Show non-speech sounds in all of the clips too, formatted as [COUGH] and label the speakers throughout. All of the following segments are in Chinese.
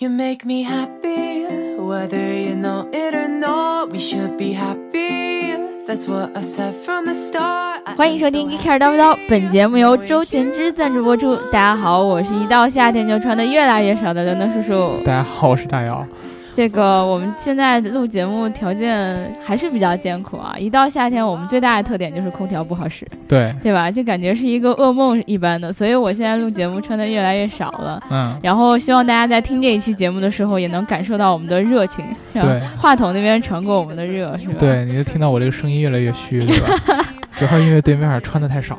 Speaker 1: You make me happy, whether you know it or not. We should be happy. That's what I said from the start.
Speaker 2: 欢迎收听《一开始叨不叨》，本节目由周前之赞助播出。大家好，我是一到夏天就穿的越来越少的刘能叔叔。
Speaker 3: 大家好，我是大姚。
Speaker 2: 这个我们现在录节目条件还是比较艰苦啊，一到夏天我们最大的特点就是空调不好使，
Speaker 3: 对，
Speaker 2: 对吧？就感觉是一个噩梦一般的，所以我现在录节目穿的越来越少了。
Speaker 3: 嗯，
Speaker 2: 然后希望大家在听这一期节目的时候，也能感受到我们的热情，是吧
Speaker 3: 对
Speaker 2: 话筒那边传过我们的热，是吧？
Speaker 3: 对，你就听到我这个声音越来越虚，对吧？
Speaker 2: [LAUGHS]
Speaker 3: 主要是因为对面儿穿的太少。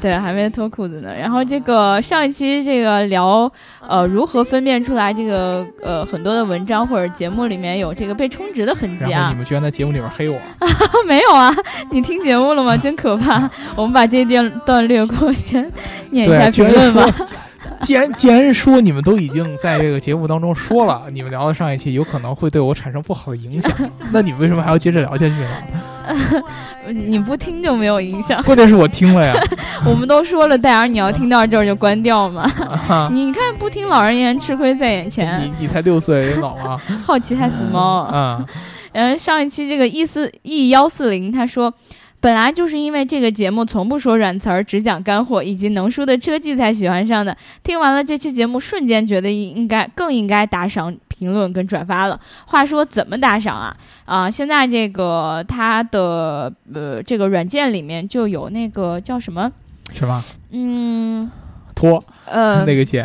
Speaker 2: 对，还没脱裤子呢。然后这个上一期这个聊，呃，如何分辨出来这个呃很多的文章或者节目里面有这个被充值的痕迹
Speaker 3: 然后
Speaker 2: 啊
Speaker 3: 你？们居然在节目里
Speaker 2: [LAUGHS]
Speaker 3: 面黑我，
Speaker 2: 没有啊，你听节目了
Speaker 3: [LAUGHS]
Speaker 2: 吗？真可怕！我们把这一段段略过，先念一下
Speaker 3: 对，居
Speaker 2: 评
Speaker 3: 然
Speaker 2: 论吧。
Speaker 3: 说，既然既然说你们都已经在这个节目当中说了，你们聊的上一期有可能会对我产生不好
Speaker 2: [LAUGHS]
Speaker 3: 的影响，那你们为什么还要接着聊下去呢？
Speaker 2: [LAUGHS] 你不听就没有影响。
Speaker 3: 关键是我
Speaker 2: [LAUGHS]
Speaker 3: 听了呀，
Speaker 2: 我们都说了，戴尔你要听到这儿就关掉嘛。
Speaker 3: 啊、
Speaker 2: 你看，不听老人言，吃亏在眼前
Speaker 3: 你。你才六岁，老啊吗？
Speaker 2: 好奇害死猫。
Speaker 3: 啊、
Speaker 2: 嗯，上一期这个一四 E 幺四零他说。本来就是因为这个节目从不说软词儿，只讲干货以及能说的车技才喜欢上的。听完了这期节目，瞬间觉得应该更应该打赏、评论跟转发了。话说怎么打赏啊？啊，现在这个它的呃这个软件里面就有那个叫什么？
Speaker 3: 什么
Speaker 2: 嗯
Speaker 3: 拖、
Speaker 2: 呃，
Speaker 3: 那个姐？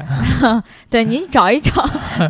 Speaker 2: 对你找一
Speaker 3: [LAUGHS]
Speaker 2: 找，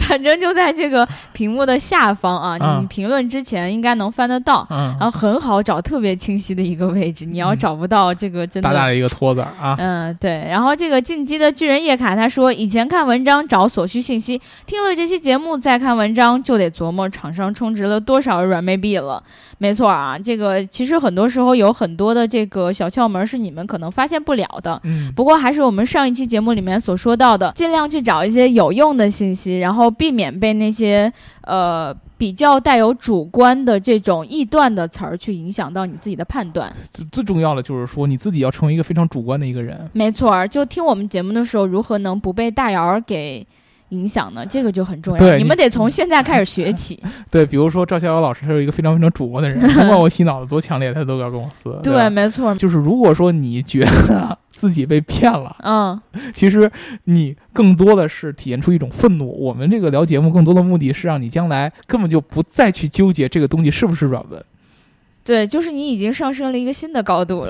Speaker 2: 反正就在这个屏幕的下方啊，你
Speaker 3: 嗯
Speaker 2: 评论之前应该能翻得到。
Speaker 3: 嗯，
Speaker 2: 然后很好找，特别清晰的一个位置。你要
Speaker 3: 嗯
Speaker 2: 找不到这个，真的
Speaker 3: 大大的一个拖字儿啊，
Speaker 2: 嗯，对。然后这个进击的巨人叶卡他说，以前看文章找所需信息，听了这期节目再看文章，就得琢磨厂商充值了多少软妹币了。没错啊，这个其实很多时候有很多的这个小窍门是你们可能发现不了的。
Speaker 3: 嗯，
Speaker 2: 不过还是我们上一期节目里面所说到的，尽量去找一些有用的信息，然后避免被那些呃比较带有主观的这种臆断的词儿去影响到你自己的判断。
Speaker 3: 最最重要的就是说你自己要成为一个非常主观的一个人。
Speaker 2: 没错儿，就听我们节目的时候，如何能不被大姚儿给影响呢？这个就很重要。
Speaker 3: 对
Speaker 2: 你
Speaker 3: 你嗯
Speaker 2: 们得从现在开始学起。
Speaker 3: 对，比如说赵逍遥老师，他是一个非常非常主观的人，甭管我洗脑的多强烈，他都要跟我撕。对啊
Speaker 2: 对，
Speaker 3: 吧，
Speaker 2: 没错儿。
Speaker 3: 就是如果说你觉得 [LAUGHS] 自己被骗了，
Speaker 2: 嗯，
Speaker 3: 其实你更多的是体现出一种愤怒。我们这个聊节目更多的目的是让你将来根本就不再去纠结这个东西是不是软文，
Speaker 2: 对，就是你已经上升了一个新的高度了，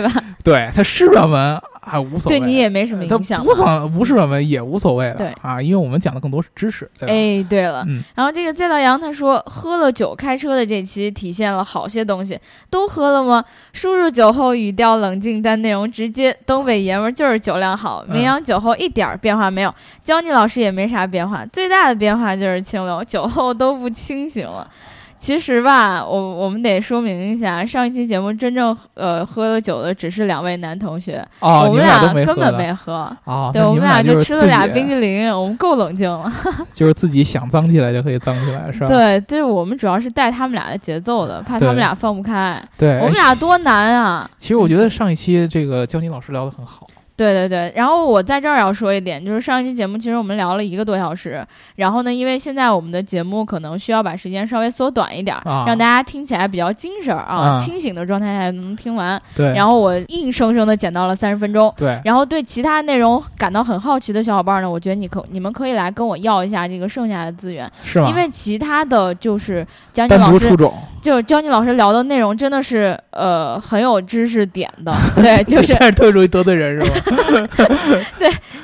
Speaker 2: [LAUGHS] 吧？
Speaker 3: 对，它是软文还无所谓。
Speaker 2: 对你也没什么
Speaker 3: 它
Speaker 2: 影响嘛。
Speaker 3: 不算不是软文也无所谓的，
Speaker 2: 对
Speaker 3: 啊，因为我们讲的更多是知识，对吧？
Speaker 2: 哎，对了，
Speaker 3: 嗯
Speaker 2: 然后这个再到阳他说喝了酒开车的这期体现了好些东西，都喝了吗？叔叔酒后语调冷静，但内容直接，东北爷们儿就是酒量好，
Speaker 3: 嗯
Speaker 2: 绵阳酒后一点儿变化没有，教你老师也没啥变化，最大的变化就是清流， [LAUGHS] 酒后都不清醒了。其实吧，我我们得说明一下，上一期节目真正呃喝了酒的只是两位男同学，
Speaker 3: 哦，
Speaker 2: 我
Speaker 3: 你
Speaker 2: 们
Speaker 3: 俩都
Speaker 2: 根
Speaker 3: 没喝
Speaker 2: 本
Speaker 3: 的
Speaker 2: 没喝。
Speaker 3: 哦，
Speaker 2: 对
Speaker 3: 那
Speaker 2: 我
Speaker 3: 你
Speaker 2: 们
Speaker 3: 俩
Speaker 2: 就是吃了
Speaker 3: 自
Speaker 2: 俩
Speaker 3: 己啊
Speaker 2: 冰激凌，我们够冷静了。
Speaker 3: 就是自己想脏起来就可以脏起来，是吧？
Speaker 2: 对，就是我们主要是带他们俩的节奏的，怕他们
Speaker 3: 对
Speaker 2: 俩放不开。
Speaker 3: 对，
Speaker 2: 我们
Speaker 3: 哎
Speaker 2: 俩多难啊！
Speaker 3: 其实我觉
Speaker 2: 真
Speaker 3: 得
Speaker 2: 是，
Speaker 3: 上一期这个焦宁老师聊得很好，
Speaker 2: 对对对。然后我在这儿要说一点，就是上一期节目其实我们聊了一个多小时，然后呢，因为现在我们的节目可能需要把时间稍微缩短一点儿，
Speaker 3: 啊
Speaker 2: 让大家听起来比较精神儿啊，
Speaker 3: 啊
Speaker 2: 清醒的状态下能听完。
Speaker 3: 对
Speaker 2: 然
Speaker 3: 后
Speaker 2: 后我硬生生的减到了三十分钟。
Speaker 3: 对
Speaker 2: 然后对其他内容感到很好奇的小伙伴呢，我觉得你可你们可以来跟我要一下这个剩下的资源，
Speaker 3: 是吗？
Speaker 2: 因为其他的就是江宁
Speaker 3: 单
Speaker 2: 老
Speaker 3: 独
Speaker 2: 师
Speaker 3: 出种，
Speaker 2: 就是教你老师聊的内容真的是呃很有知识点的，
Speaker 3: [LAUGHS]
Speaker 2: 对，就是
Speaker 3: 但是特容易得罪人是吧？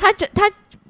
Speaker 2: 他这他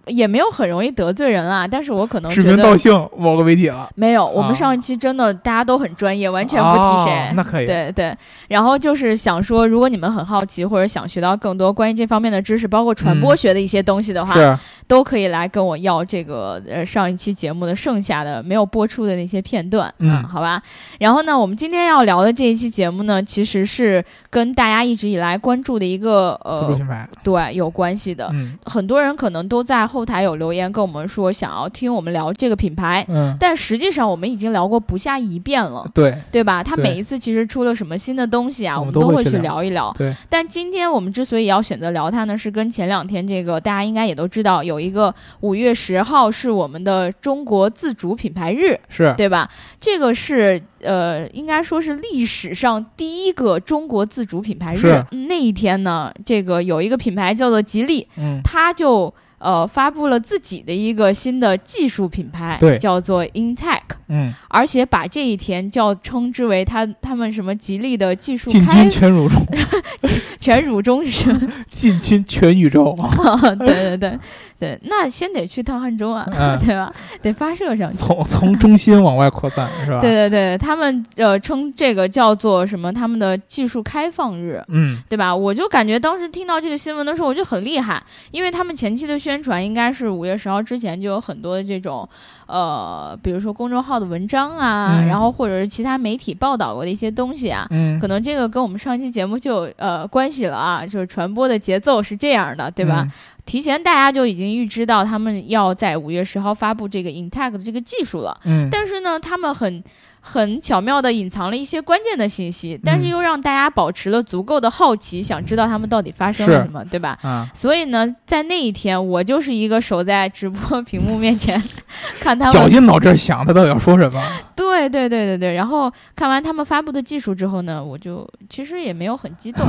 Speaker 2: 也没有很容易得罪人啊，但是我可能
Speaker 3: [LAUGHS] 指
Speaker 2: 觉
Speaker 3: 名道
Speaker 2: 得
Speaker 3: 姓某个媒体了，
Speaker 2: 没有，我们
Speaker 3: 啊
Speaker 2: 上一期真的大家都很专业，完全不提谁
Speaker 3: 哦。那可以，
Speaker 2: 对对，然后就是想说，如果你们很好奇或者想学到更多关于这方面的知识，包括传播
Speaker 3: 嗯
Speaker 2: 学的一些东西的话，
Speaker 3: 是
Speaker 2: 都可以来跟我要这个呃上一期节目的剩下的没有播出的那些片段，
Speaker 3: 嗯
Speaker 2: 啊好吧。然后呢，我们今天要聊的这一期节目呢，其实是跟大家一直以来关注的一个
Speaker 3: 自主
Speaker 2: 呃
Speaker 3: 品牌，
Speaker 2: 对有关系的。
Speaker 3: 嗯，
Speaker 2: 很多人可能都在后后台有留言跟我们说想要听我们聊这个品牌，
Speaker 3: 嗯，
Speaker 2: 但实际上我们已经聊过不下一遍了。
Speaker 3: 对
Speaker 2: 对吧？他
Speaker 3: 对
Speaker 2: 每一次其实出了什么新的东西啊，
Speaker 3: 我
Speaker 2: 我们
Speaker 3: 们都
Speaker 2: 都
Speaker 3: 会
Speaker 2: 会
Speaker 3: 去
Speaker 2: 去
Speaker 3: 聊
Speaker 2: 聊一聊。
Speaker 3: 对，
Speaker 2: 但今天我们之所以要选择聊它呢，是跟前两天这个大家应该也都知道，有一个五月十号是我们的中国自主品牌日，
Speaker 3: 是，
Speaker 2: 对吧？这个是呃，应该说是历史上第一个中国自主品牌日嗯
Speaker 3: 是。
Speaker 2: 那一天呢，这个有一个品牌叫做吉利，
Speaker 3: 嗯，
Speaker 2: 它就呃发布了自己的一个新的技术品牌
Speaker 3: 对，
Speaker 2: 叫做 Intech。
Speaker 3: 嗯，
Speaker 2: 而且把这一天叫称之为他他们什么吉利的技术
Speaker 3: 进
Speaker 2: 开
Speaker 3: 军全宇宙，
Speaker 2: 全乳中神，
Speaker 3: [LAUGHS] 进军全宇宙，
Speaker 2: 对 [LAUGHS] 对对对，那先得去趟汉中啊，
Speaker 3: 嗯
Speaker 2: [LAUGHS] 对吧？得发射上去。
Speaker 3: [LAUGHS] 从从中心往外扩散，是吧？
Speaker 2: 对，对对，他们呃称这个叫做什么？他们的技术开放日，
Speaker 3: 嗯，
Speaker 2: 对吧？我就感觉当时听到这个新闻的时候，我就很厉害，因为他们前期的宣传应该是五月十号之前就有很多的这种，呃，比如说公众号的文章啊，
Speaker 3: 嗯
Speaker 2: 然后或者是其他媒体报道过的一些东西啊，
Speaker 3: 嗯，
Speaker 2: 可能这个跟我们上期节目就有呃关系了啊，就是传播的节奏是这样的，对吧？
Speaker 3: 嗯？
Speaker 2: 提前大家就已经预知到他们要在五月十号发布这个 Intact 的这个技术了，
Speaker 3: 嗯，
Speaker 2: 但是呢，他们很很巧妙的隐藏了一些关键的信息，但是
Speaker 3: 嗯
Speaker 2: 又让大家保持了足够的好奇，想知道他们到底发生了
Speaker 3: 是
Speaker 2: 什么，对吧？
Speaker 3: 啊，
Speaker 2: 所以呢，在那一天，我就是一个守在直播屏幕面前 [LAUGHS] 看他
Speaker 3: 绞
Speaker 2: 们
Speaker 3: 尽脑汁想他到底要说什么，
Speaker 2: 对对对对对，然后看完他们发布的技术之后呢，我就其实也没有很
Speaker 3: [LAUGHS]
Speaker 2: 激动，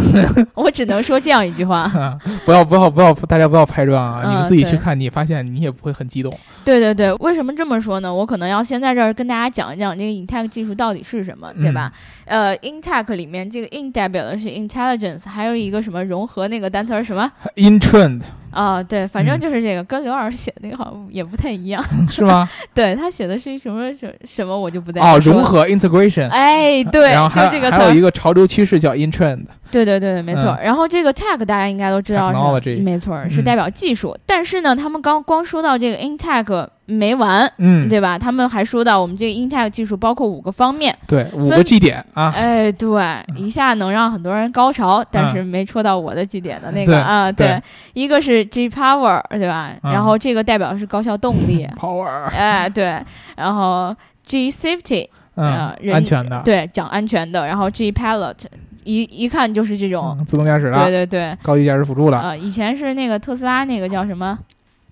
Speaker 2: 我只能说这样一句话：
Speaker 3: 嗯 [LAUGHS] 不要不要不要，大家不要拍砖啊！你们
Speaker 2: 嗯
Speaker 3: 自己去
Speaker 2: 对
Speaker 3: 看，你发现你也不会很激动。
Speaker 2: 对对对，为什么这么说呢？我可能要先在这儿跟大家讲一讲这个 Intech 技术到底是什么，对吧？
Speaker 3: 嗯
Speaker 2: 呃，Intech 里面这个 In 代表的是 intelligence，还有一个什么融合那个单词儿什么
Speaker 3: In trend
Speaker 2: 啊、对，反正
Speaker 3: 嗯
Speaker 2: 就是这个，跟刘老师写的那个好像也不太一样。 [LAUGHS]
Speaker 3: 是吗？
Speaker 2: 对他写的是什么什什么，我就不再
Speaker 3: 哦，
Speaker 2: 说
Speaker 3: 融
Speaker 2: 了。
Speaker 3: 合 integration。
Speaker 2: 哎，对，
Speaker 3: 然后还
Speaker 2: 就这个词
Speaker 3: 还有
Speaker 2: 儿
Speaker 3: 一个潮流趋势叫 in trend，
Speaker 2: 对对对，没错。然后这个 tech 大家应该都知道
Speaker 3: 嗯 Technology
Speaker 2: 是没错，是
Speaker 3: 嗯
Speaker 2: 代表技术。但是呢，他们刚光说到这个 intech 没完，
Speaker 3: 嗯，
Speaker 2: 对吧？他们还说到我们这个 intech 技术包括五个方面，
Speaker 3: 对，五个 G 点啊，
Speaker 2: 哎，对，一下能让很多人高潮，但是没戳到我的几点的那个、啊，
Speaker 3: 对
Speaker 2: 对，
Speaker 3: 对
Speaker 2: 一个是 G power，对吧？
Speaker 3: 嗯
Speaker 2: 然后这个代表是高效动
Speaker 3: [LAUGHS]
Speaker 2: 力，
Speaker 3: ，power，
Speaker 2: 哎，对，然后 G safety，
Speaker 3: 嗯
Speaker 2: 呃，人
Speaker 3: 安全的，
Speaker 2: 对，讲安全的，然后 G pilot，一一看就是这种，
Speaker 3: 嗯，自动驾驶
Speaker 2: 对
Speaker 3: 了，
Speaker 2: 对对。
Speaker 3: 高级驾驶辅助了
Speaker 2: 呃，以前是那个特斯拉那个叫什么？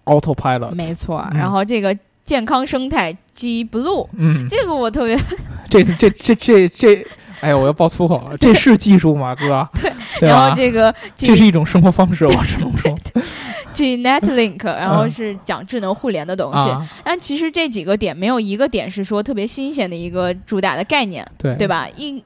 Speaker 3: ，autopilot，
Speaker 2: 没错儿，
Speaker 3: 嗯
Speaker 2: 然后这个健康生态 G Blue，
Speaker 3: 嗯，
Speaker 2: 这个我特别，
Speaker 3: 这这这这这，哎呀，我要爆粗口了，这是技术吗，哥？对，
Speaker 2: 然后
Speaker 3: 吧？
Speaker 2: 这个
Speaker 3: 这是
Speaker 2: G
Speaker 3: 一种生活方式，我只能说
Speaker 2: G Netlink，然后
Speaker 3: 嗯
Speaker 2: 是讲智能互联的东西。
Speaker 3: 啊，
Speaker 2: 但其实这几个点没有一个点是说特别新鲜的一个主打的概念，
Speaker 3: 对
Speaker 2: 对？吧？一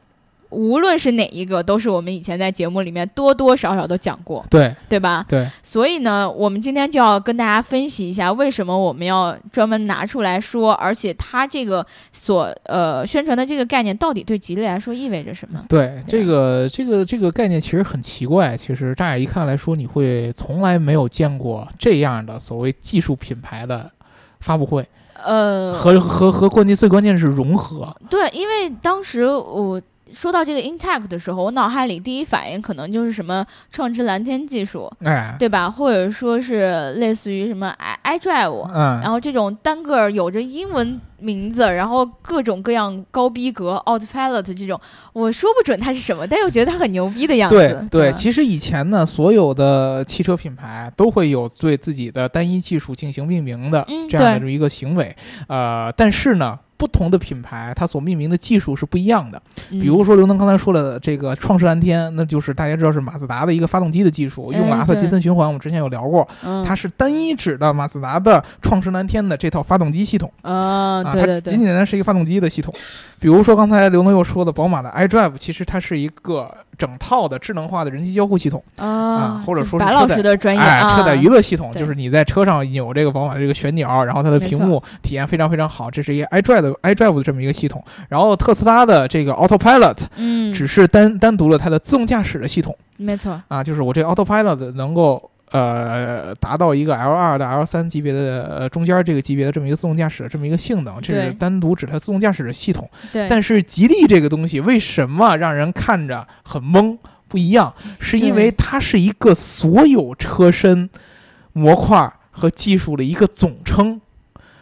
Speaker 2: 无论是哪一个，都是我们以前在节目里面多多少少都讲过，
Speaker 3: 对
Speaker 2: 对吧？
Speaker 3: 对，
Speaker 2: 所以呢，我们今天就要跟大家分析一下，为什么我们要专门拿出来说，而且它这个所呃宣传的这个概念到底对吉利来说意味着什么？
Speaker 3: 对这个这个这个概念其实很奇怪，其实乍一看来说，你会从来没有见过这样的所谓技术品牌的发布会，
Speaker 2: 呃，
Speaker 3: 和和和关键最关键是融合，
Speaker 2: 对，因为当时我。说到这个 Intech 的时候，我脑海里第一反应可能就是什么创智蓝天技术，
Speaker 3: 哎，
Speaker 2: 对吧？或者说是类似于什么 i iDrive，然
Speaker 3: 嗯，
Speaker 2: 后这种单个儿有着英文名字，然后各种各样高逼格 autopilot 这种，我说不准它是什么，但又觉得它很牛逼的样子。嗯
Speaker 3: 对对，
Speaker 2: 吧
Speaker 3: 其实以前呢，所有的汽车品牌都会有对自己的单一技术进行命名的
Speaker 2: 嗯
Speaker 3: 这样的一个行为，呃，但是呢。不同的品牌，它所命名的技术是不一样的。
Speaker 2: 嗯
Speaker 3: 比如说刘能刚才说了这个创世蓝天，那就是大家知道是马自达的一个发动机的技术，用了
Speaker 2: 哎
Speaker 3: 阿特金
Speaker 2: 对
Speaker 3: 森循环，我们之前有聊过，
Speaker 2: 嗯、
Speaker 3: 它是单一指的马自达的创世蓝天的这套发动机系统
Speaker 2: 啊，
Speaker 3: 啊，
Speaker 2: 对对
Speaker 3: 它
Speaker 2: 对，
Speaker 3: 仅仅单单是一个发动机的系统。比如说刚才刘能又说的宝马的 iDrive，其实它是一个整套的智能化的人机交互系统，
Speaker 2: 啊
Speaker 3: 或者
Speaker 2: 就是
Speaker 3: 说是
Speaker 2: 白
Speaker 3: 车
Speaker 2: 老
Speaker 3: 载
Speaker 2: 师的专业
Speaker 3: 哎，
Speaker 2: 啊，
Speaker 3: 车载娱乐系统，
Speaker 2: 对
Speaker 3: 就是你在车上扭这个宝马的这个旋钮，然后它的屏幕体验非常非常好，这是一个 iDrive 的 iDrive 的这么一个系统。然后特斯拉的这个 Autopilot
Speaker 2: 嗯，
Speaker 3: 只是单单独了它的自动驾驶的系统。
Speaker 2: 没错，
Speaker 3: 啊，就是我这 Autopilot 能够呃达到一个 L 二到 L 三级别的呃中间这个级别的这么一个自动驾驶的这么一个性能，这是
Speaker 2: 对
Speaker 3: 单独指它自动驾驶的系统。
Speaker 2: 对，
Speaker 3: 但是吉利这个东西为什么让人看着很懵不一样？是因为它是一个所有车身模块和技术的一个总称。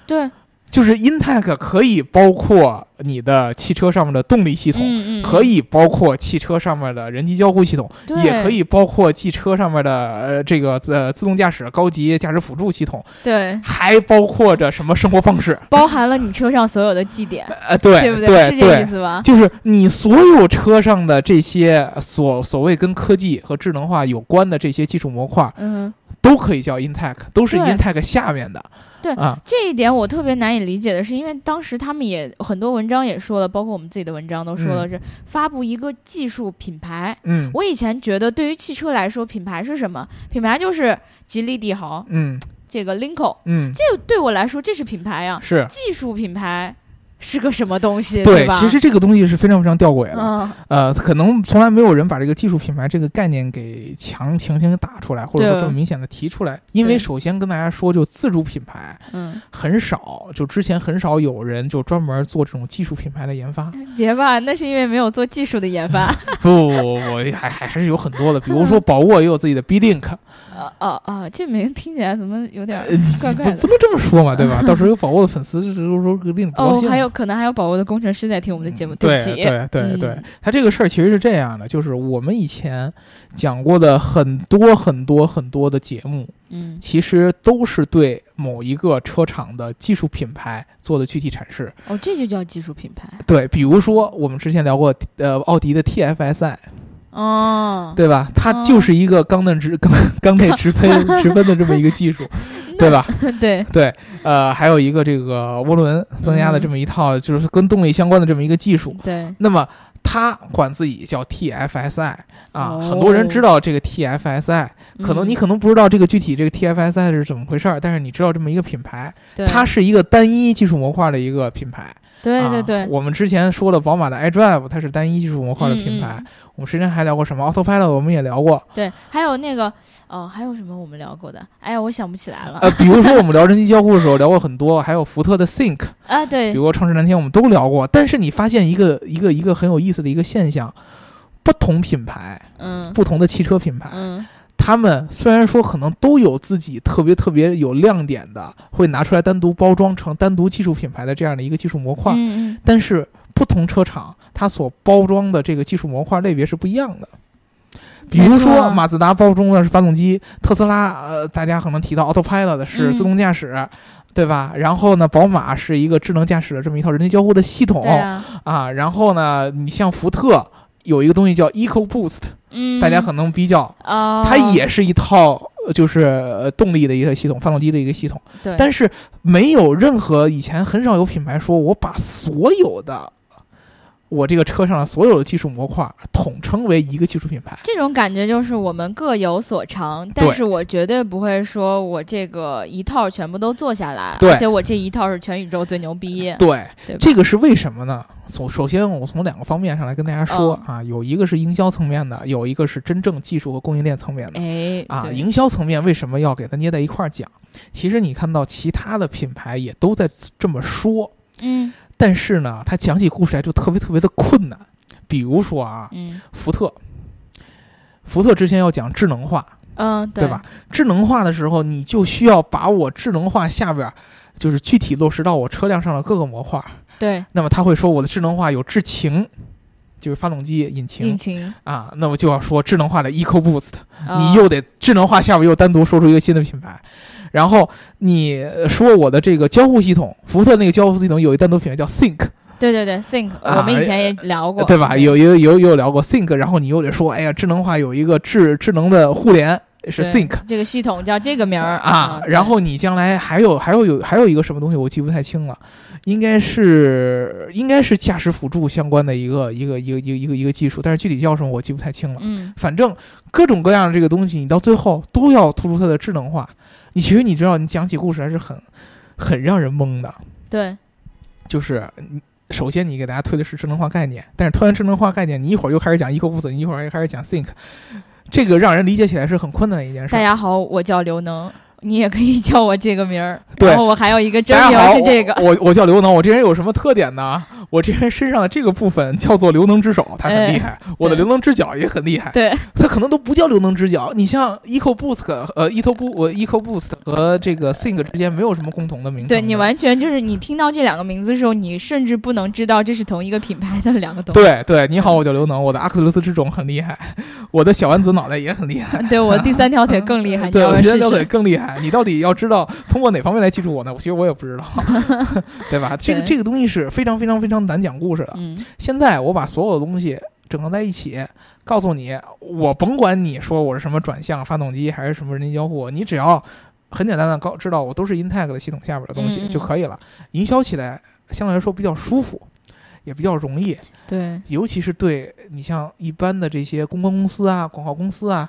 Speaker 2: 对，
Speaker 3: 就是 Intech 可以包括你的汽车上面的动力系统，
Speaker 2: 嗯嗯，
Speaker 3: 可以包括汽车上面的人机交互系统，
Speaker 2: 对，
Speaker 3: 也可以包括汽车上面的呃这个呃自动驾驶高级驾驶辅助系统，
Speaker 2: 对，
Speaker 3: 还包括着什么生活
Speaker 2: [LAUGHS]
Speaker 3: 方式？
Speaker 2: 包含了你车上所有的绩点，
Speaker 3: 呃，对
Speaker 2: 不
Speaker 3: 对
Speaker 2: 是这意思吧？
Speaker 3: 就是你所有车上的这些所所谓跟科技和智能化有关的这些技术模块，
Speaker 2: 嗯，
Speaker 3: 都可以叫 Intech，都是
Speaker 2: 对
Speaker 3: Intech 下面的。
Speaker 2: 对
Speaker 3: 啊，
Speaker 2: 这一点我特别难以理解的是，因为当时他们也很多文章也说了，包括我们自己的文章都说了，
Speaker 3: 嗯
Speaker 2: 是发布一个技术品牌。
Speaker 3: 嗯
Speaker 2: 我以前觉得，对于汽车来说，品牌是什么？品牌就是吉利、帝豪、
Speaker 3: 嗯
Speaker 2: 这个 Lincoln。
Speaker 3: 嗯，
Speaker 2: 这对我来说，这是品牌呀。
Speaker 3: 是
Speaker 2: 技术品牌是个什么东西？
Speaker 3: 对。
Speaker 2: 吧？
Speaker 3: 其实这个东西是非常非常吊诡的。
Speaker 2: 嗯，
Speaker 3: 呃，可能从来没有人把这个技术品牌这个概念给强强行打出来，或者说
Speaker 2: 对
Speaker 3: 这么明显的提出来。因为
Speaker 2: 对
Speaker 3: 首先跟大家说，就自主品牌
Speaker 2: 嗯，
Speaker 3: 很少，就之前很少有人就专门做这种技术品牌的
Speaker 2: [LAUGHS]
Speaker 3: 研发。
Speaker 2: 别吧，那是因为没有做技术的研 [LAUGHS] 发。
Speaker 3: 不不不不，还还还是有很多的，比如说宝沃也有自己的 B Link，
Speaker 2: 啊啊啊！这名听起来怎么有点儿 [LAUGHS] 怪
Speaker 3: 呃不
Speaker 2: 怪的
Speaker 3: 不？能这么说嘛，对吧？到时候有宝沃的粉丝这都说令人不高
Speaker 2: 哦，
Speaker 3: 兴。
Speaker 2: 还有可能还有宝沃的工程师在听我们的节目，
Speaker 3: 对
Speaker 2: 不起。
Speaker 3: 对对对
Speaker 2: 嗯，
Speaker 3: 它这个事儿其实是这样的，就是我们以前讲过的很多很多很多的节目，
Speaker 2: 嗯
Speaker 3: 其实都是对某一个车厂的技术品牌做的具体阐释。
Speaker 2: 哦，这就叫技术品牌
Speaker 3: 对，比如说我们之前聊过，呃，奥迪的 TFSI，
Speaker 2: 哦。
Speaker 3: 对吧？它
Speaker 2: 哦
Speaker 3: 就是一个缸内直 [LAUGHS] 缸缸内直喷
Speaker 2: [LAUGHS]
Speaker 3: 直喷的这么一个技术，对吧？
Speaker 2: 对，
Speaker 3: [LAUGHS] 对，呃，还有一个这个涡轮增压的
Speaker 2: 嗯
Speaker 3: 这么一套，就是跟动力相关的这么一个技术。
Speaker 2: [LAUGHS] 对，
Speaker 3: 那么它管自己叫 TFSI 啊，
Speaker 2: 哦嗯
Speaker 3: 很多人知道这个 TFSI，可能你可能不知道这个具体这个 TFSI 是怎么回事儿，但是你知道这么一个品牌，
Speaker 2: 对
Speaker 3: 它是一个单一技术模块的一个品牌。
Speaker 2: 对对
Speaker 3: 啊
Speaker 2: 对，
Speaker 3: 我们之前说了宝马的 iDrive，它是单一技术模块的品牌。
Speaker 2: 嗯嗯啊
Speaker 3: 我们之前还聊过什么 Autopilot，我们也聊过。
Speaker 2: 对，还有那个哦，还有什么我们聊过的？哎呀，我想不起来了
Speaker 3: 呃，比如说我们聊人机交互的时候聊过很多，还有福特的 Think，
Speaker 2: 啊。
Speaker 3: 比
Speaker 2: 对，
Speaker 3: 如说创世蓝天，我们都聊过。但是你发现一个一个一个很有意思的一个现象，不同品牌、
Speaker 2: 嗯
Speaker 3: 不同的汽车品牌，
Speaker 2: 嗯，
Speaker 3: 他们虽然说可能都有自己特别特别有亮点的，会拿出来单独包装成单独技术品牌的这样的一个技术模块，
Speaker 2: 嗯嗯，
Speaker 3: 但是不同车厂它所包装的这个技术模块类别是不一样的。比如
Speaker 2: 没错
Speaker 3: 说，马自达包装的是发动机，特斯拉呃，大家可能提到 Autopilot 的是
Speaker 2: 嗯
Speaker 3: 自动驾驶，对吧？然后呢，宝马是一个智能驾驶的这么一套人机交互的系统
Speaker 2: 对啊，
Speaker 3: 啊然后呢，你像福特有一个东西叫 EcoBoost，
Speaker 2: 嗯，
Speaker 3: 大家可能比较
Speaker 2: 哦，
Speaker 3: 它也是一套呃就是呃动力的一个系统，发动机的一个系统，
Speaker 2: 对，
Speaker 3: 但是没有任何以前很少有品牌说我把所有的我这个车上的所有的技术模块统称为一个技术品牌。
Speaker 2: 这种感觉就是我们各有所长，但
Speaker 3: 对
Speaker 2: 是我绝对不会说我这个一套全部都做下来，
Speaker 3: 对
Speaker 2: 而且我这一套是全宇宙最牛逼。
Speaker 3: 对
Speaker 2: 对吧，
Speaker 3: 这个是为什么呢？首首先，我从两个方面上来跟大家说
Speaker 2: 嗯
Speaker 3: 啊，有一个是营销层面的，有一个是真正技术和供应链层面的。
Speaker 2: 哎，
Speaker 3: 啊，
Speaker 2: 对
Speaker 3: 营销层面为什么要给它捏在一块儿讲？其实你看到其他的品牌也都在这么说，
Speaker 2: 嗯
Speaker 3: 但是呢，他讲起故事来就特别特别的困难。比如说啊，
Speaker 2: 嗯
Speaker 3: 福特，福特之前要讲智能化，
Speaker 2: 嗯，
Speaker 3: 啊对吧？？智能化的时候，你就需要把我智能化下边儿，就是具体落实到我车辆上的各个模块儿。
Speaker 2: 对，
Speaker 3: 那么他会说，我的智能化有智情，就是发动机、引擎哦
Speaker 2: 引擎，
Speaker 3: 啊。那么就要说智能化的 EcoBoost，
Speaker 2: 啊
Speaker 3: 你又得智能化下边又单独说出一个新的品牌。然后你呃说我的这个交互系统，福特那个交互系统有一单独品牌叫 Think，
Speaker 2: 对对对，think，
Speaker 3: 啊
Speaker 2: 我们以前也聊过，
Speaker 3: 对吧？有有有有聊过 Think，然后你又得说，哎呀，智能化有一个智智能的互联是
Speaker 2: 对
Speaker 3: Think
Speaker 2: 这个系统叫这个名儿
Speaker 3: 啊，
Speaker 2: 对
Speaker 3: 然后你将来还有还有有还有一个什么东西我记不太清了，应该是应该是驾驶辅助相关的一个一个一个一个一个一个技术，但是具体叫什么我记不太清了。
Speaker 2: 嗯，
Speaker 3: 反正各种各样的这个东西，你到最后都要突出它的智能化。你其实你知道，你讲起故事来是很很让人懵的，
Speaker 2: 对，
Speaker 3: 就是你首先你给大家推的是智能化概念，但是推完智能化概念，你一会儿又开始讲 EcoBoost，你一会儿又开始讲 Think，这个让人理解起来是很困难的一件事
Speaker 2: 大
Speaker 3: 儿。
Speaker 2: 家好，我叫刘能，你也可以叫我这个名儿，
Speaker 3: 对
Speaker 2: 然后我还有一个真
Speaker 3: 大
Speaker 2: 名
Speaker 3: 家
Speaker 2: 儿
Speaker 3: 好，
Speaker 2: 是这个，
Speaker 3: 我我我叫刘能，我这人有什么特点呢？我这人身上的这个部分叫做刘能之手，他很厉害；我
Speaker 2: 哎
Speaker 3: 的
Speaker 2: 对
Speaker 3: 刘能之脚也很厉害。
Speaker 2: 对，
Speaker 3: 他可能都不叫刘能之脚。你像 Eco Boost，呃，Eco Boost，呃，Eco Boost 和这个 Think 之间没有什么共同的名称。
Speaker 2: 对你。完全就是你听到这两个名字的时候，你甚至不能知道这是同一个品牌的两个东西。
Speaker 3: 对对，你好，我叫刘能，我的阿克琉斯之种很厉害，我的小丸子脑袋也很厉害，
Speaker 2: 对，我第三条腿
Speaker 3: [LAUGHS]
Speaker 2: 更厉害，你
Speaker 3: 对，
Speaker 2: 要不
Speaker 3: 我
Speaker 2: 要
Speaker 3: 觉得
Speaker 2: 试
Speaker 3: 刘腿
Speaker 2: 试？
Speaker 3: 更厉害。你到底要知道通过哪方面来记住我呢？我其实我也不
Speaker 2: [LAUGHS]
Speaker 3: 知道，对吧？这个
Speaker 2: 对
Speaker 3: 这个东西是非常非常非常难讲故事的。
Speaker 2: 嗯，
Speaker 3: 现在我把所有的东西整合在一起，告诉你，我甭管你说我是什么转向发动机还是什么人机交互，你只要很简单的告知道我都是 Intech 的系统下边的东
Speaker 2: 嗯
Speaker 3: 西
Speaker 2: 嗯
Speaker 3: 就可以了，营销起来相对来说比较舒服。也比较容易，
Speaker 2: 对，
Speaker 3: 尤其是对你像一般的这些公关公司啊、广告公司啊，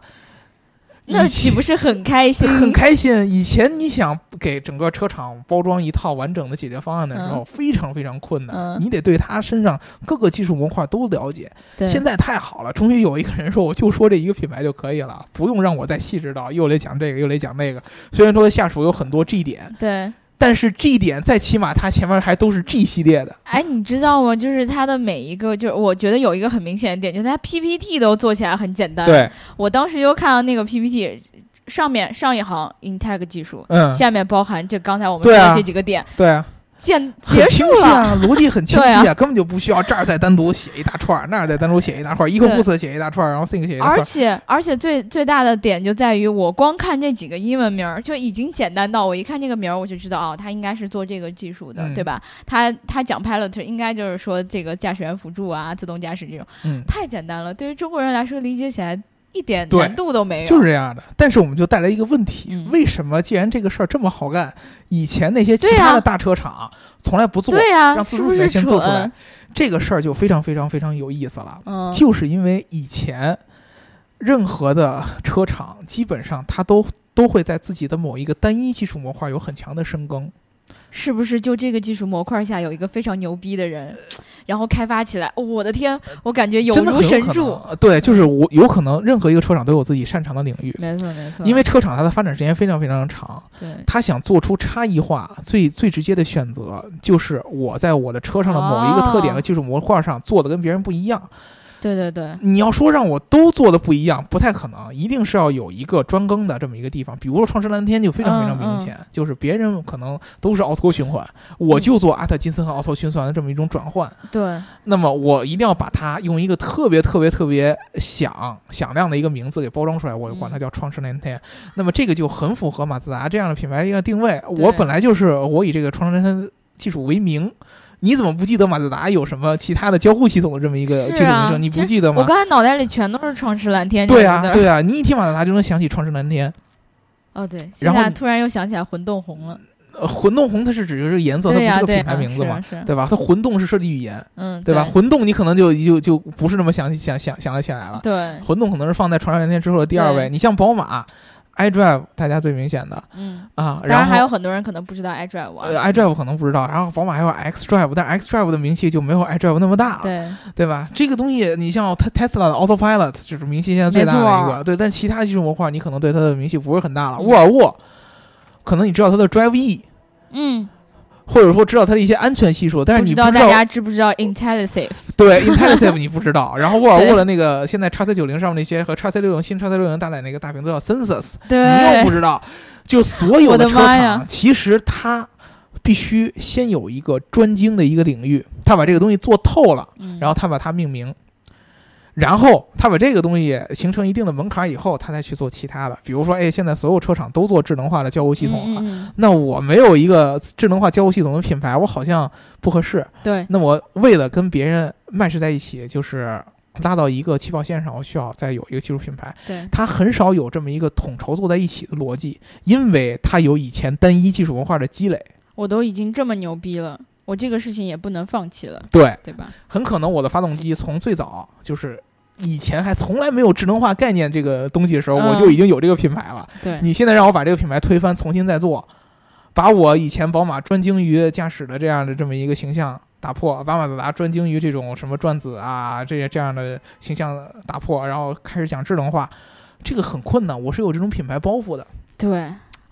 Speaker 2: 那
Speaker 3: 以
Speaker 2: 岂
Speaker 3: 前
Speaker 2: 不是很开心？
Speaker 3: 很开心。以前你想给整个车厂包装一套完整的解决方案的时候，非常非常困难，
Speaker 2: 嗯
Speaker 3: 你得对它身上各个技术模块都了解。
Speaker 2: 对，
Speaker 3: 现在太好了，终于有一个人说我就说这一个品牌就可以了，不用让我再细致到又来讲这个又来讲那个。虽然说下属有很多 G 点，
Speaker 2: 对，
Speaker 3: 但是 G 点再起码它前面还都是 G 系列的。
Speaker 2: 哎，你知道吗？就是它的每一个，就是我觉得有一个很明显的点，就是它 PPT 都做起来很简单。，
Speaker 3: 对，
Speaker 2: 我当时就看到那个 PPT，上面上一行 Integ 技术，
Speaker 3: 嗯，
Speaker 2: 下面包含这刚才我们说
Speaker 3: 对啊
Speaker 2: 的这几个点，
Speaker 3: 对啊，
Speaker 2: 简
Speaker 3: 很
Speaker 2: 结
Speaker 3: [LAUGHS]
Speaker 2: 束
Speaker 3: 清晰
Speaker 2: 了。
Speaker 3: 啊，逻辑很清晰
Speaker 2: 对
Speaker 3: 根本就不需要这儿再单独写一大串儿，那儿再单独写一大串儿，一个
Speaker 2: 对
Speaker 3: boost 写一大串儿，然后 think 写一大串
Speaker 2: 而
Speaker 3: 儿。
Speaker 2: 且而且最最大的点就在于，我光看这几个英文名儿就已经简单到我一看这个名儿我就知道哦，他应该是做这个技术的，
Speaker 3: 嗯
Speaker 2: 对吧？他他讲 pilot 应该就是说这个驾驶员辅助啊、自动驾驶这种，
Speaker 3: 嗯，
Speaker 2: 太简单了，对于中国人来说理解起来一点
Speaker 3: 对
Speaker 2: 难度都没有。
Speaker 3: 就是这样的。但是我们就带来一个问题：
Speaker 2: 嗯
Speaker 3: 为什么既然这个事儿这么好干，以前那些其
Speaker 2: 对啊
Speaker 3: 他的大车厂从来不做？
Speaker 2: 对啊，
Speaker 3: 让
Speaker 2: 是
Speaker 3: 自主
Speaker 2: 不
Speaker 3: 品
Speaker 2: 是
Speaker 3: 牌先
Speaker 2: 蠢？
Speaker 3: 做出来这个事儿就非常非常非常有意思了，
Speaker 2: 嗯，
Speaker 3: 就是因为以前任何的车厂基本上它都都会在自己的某一个单一技术模块有很强的深耕。
Speaker 2: 是不是就这个技术模块下有一个非常牛逼的人，然后开发起来？哦我的天，我感觉有
Speaker 3: 真的
Speaker 2: 如
Speaker 3: 很有
Speaker 2: 神
Speaker 3: 可
Speaker 2: 助。
Speaker 3: 能。啊对，就是我有可能任何一个车厂都有自己擅长的领域，
Speaker 2: 没错，没错，
Speaker 3: 因为车厂它的发展时间非常非常长，
Speaker 2: 对
Speaker 3: 它想做出差异化，最最直接的选择就是我在我的车上的某一个特点和技术模块上做的跟别人不一样。
Speaker 2: 对对对，
Speaker 3: 你要说让我都做的不一样，不太可能，一定是要有一个专耕的这么一个地方。比如说创世蓝天就非常非常明显，就是别人可能都是奥托循环，我就做阿特金森和奥托循环的这么一种转换。
Speaker 2: 对，
Speaker 3: 那么我一定要把它用一个特别特别特别响响亮的一个名字给包装出来，
Speaker 2: 嗯
Speaker 3: 我就管它叫创世蓝天。那么这个就很符合马自达这样的品牌的一个定位。我本来就是我以这个创世蓝天技术为名。你怎么不记得马自达有什么其他的交互系统的这么一个
Speaker 2: 是
Speaker 3: 技术名
Speaker 2: 啊
Speaker 3: 称？你不
Speaker 2: 这
Speaker 3: 记得
Speaker 2: 我
Speaker 3: 吗？
Speaker 2: 刚才脑袋里全都是创世蓝天。
Speaker 3: 对
Speaker 2: 啊
Speaker 3: 啊，，对啊，你一提马自达就能想起创世蓝天。
Speaker 2: 哦对，现
Speaker 3: 然后
Speaker 2: 在
Speaker 3: 你
Speaker 2: 突然又想起来混动红了。
Speaker 3: 呃，混动红它是指的是颜色，它
Speaker 2: 对
Speaker 3: 不
Speaker 2: 呀
Speaker 3: 是，个
Speaker 2: 对
Speaker 3: 品
Speaker 2: 呀
Speaker 3: 牌名字
Speaker 2: 是
Speaker 3: 嘛
Speaker 2: 啊，是，
Speaker 3: 对吧？它混动是设计语言，
Speaker 2: 嗯，
Speaker 3: 对吧？混动你可能就就就不是那么想想想想得起来了。
Speaker 2: 对，
Speaker 3: 混动可能是放在传上蓝天之后的第二位。
Speaker 2: 对
Speaker 3: 你像宝马，iDrive 大家最明显的
Speaker 2: 嗯，
Speaker 3: 啊，
Speaker 2: 当然
Speaker 3: 后
Speaker 2: 还有很多人可能不知道 iDrive
Speaker 3: 呃
Speaker 2: 啊。
Speaker 3: iDrive 可能不知道，然后宝马还有 xDrive，但 xDrive 的名气就没有 iDrive 那么大了，
Speaker 2: 对，
Speaker 3: 对吧？这个东西你像它 Tesla 的 Autopilot 就是名气现在最大的
Speaker 2: 没
Speaker 3: 一
Speaker 2: 错
Speaker 3: 个，对，但其他技术模块你可能对它的名气不是很大了。
Speaker 2: 嗯
Speaker 3: 沃尔沃可能你知道它的 Drive E，
Speaker 2: 嗯，
Speaker 3: 或者说知道它的一些安全系数，但是
Speaker 2: 不
Speaker 3: 你
Speaker 2: 知
Speaker 3: 不
Speaker 2: 道大家知不知道 Intellisave？
Speaker 3: 对 Intellisave 你不
Speaker 2: [LAUGHS]
Speaker 3: 知道，然后沃尔
Speaker 2: 对
Speaker 3: 沃的那个现在 x C 九零上面那些和 x C 六零新 x C 六零搭载那个大屏都叫 Sensus。你又
Speaker 2: 对
Speaker 3: 不，知道，就所有
Speaker 2: 我的
Speaker 3: 车
Speaker 2: 妈呀
Speaker 3: 厂，其实它必须先有一个专精的一个领域，它把这个东西做透了，
Speaker 2: 嗯
Speaker 3: 然后它把它命名，然后它把这个东西形成一定的门槛以后，它再去做其他的。比如说，哎，现在所有车厂都做智能化的交互系统了。
Speaker 2: 嗯嗯嗯
Speaker 3: 那我没有一个智能化交互系统的品牌，我好像不合适。
Speaker 2: [LAUGHS] 对，
Speaker 3: 那我为了跟别人 match 在一起，就是拉到一个起跑线上，我需要再有一个技术品牌。
Speaker 2: 对，
Speaker 3: 它很少有这么一个统筹坐在一起的逻辑，因为它有以前单一技术文化的积累。
Speaker 2: 我都已经这么牛逼了，我这个事情也不能放弃了，
Speaker 3: 对，
Speaker 2: 对吧？
Speaker 3: 很可能我的发动机从最早就是以前还从来没有智能化概念这个东西的时候，
Speaker 2: 嗯哎
Speaker 3: 我就已经有这个品牌了。
Speaker 2: 对，
Speaker 3: 你现在让我把这个品牌推翻，重新再做，把我以前宝马专精于驾驶的这样的这么一个形象打破，把马自达专精于这种什么转子啊这些这样的形象打破，然后开始讲智能化，这个很困难。我是有这种品牌包袱的。
Speaker 2: 对，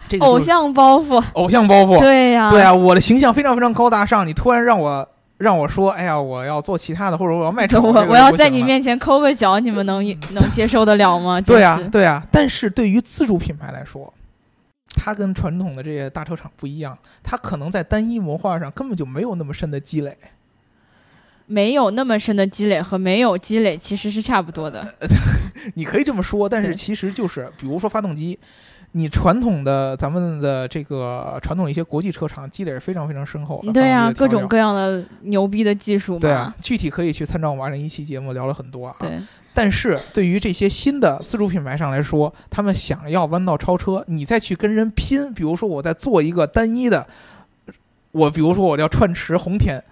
Speaker 3: 这个就是
Speaker 2: 偶像包袱。
Speaker 3: 偶像包袱，
Speaker 2: 对呀、
Speaker 3: 对啊，我的形象非常非常高大上，你突然让我让我说，哎呀，我要做其他的，或者我要卖
Speaker 2: 就
Speaker 3: 丑，
Speaker 2: 我
Speaker 3: 这个就
Speaker 2: 我要
Speaker 3: 不
Speaker 2: 在
Speaker 3: 行
Speaker 2: 你
Speaker 3: 了。
Speaker 2: 面前抠个脚，你们能能接受得了吗？
Speaker 3: [LAUGHS] 对
Speaker 2: 呀、
Speaker 3: 啊，对啊，但是对于自主品牌来说，它跟传统的这些大车厂不一样，它可能在单一文化上根本就没有那么深的积累。
Speaker 2: 没有那么深的积累和没有积累其实是差不多的。
Speaker 3: 你可以这么说，但是
Speaker 2: 对
Speaker 3: 其实就是，比如说发动机，你传统的咱们的这个传统一些国际车厂积累是非常非常深厚的。
Speaker 2: 对啊
Speaker 3: 呀、
Speaker 2: 呀、各种
Speaker 3: 各
Speaker 2: 各样的牛逼的技术嘛。
Speaker 3: 对啊，具体可以去参照我们二零一期节目聊了很多啊。
Speaker 2: 对
Speaker 3: 但是对于这些新的自主品牌上来说，他们想要弯道超车，你再去跟人拼，比如说我在做一个单一的，我比如说我叫创驰红天、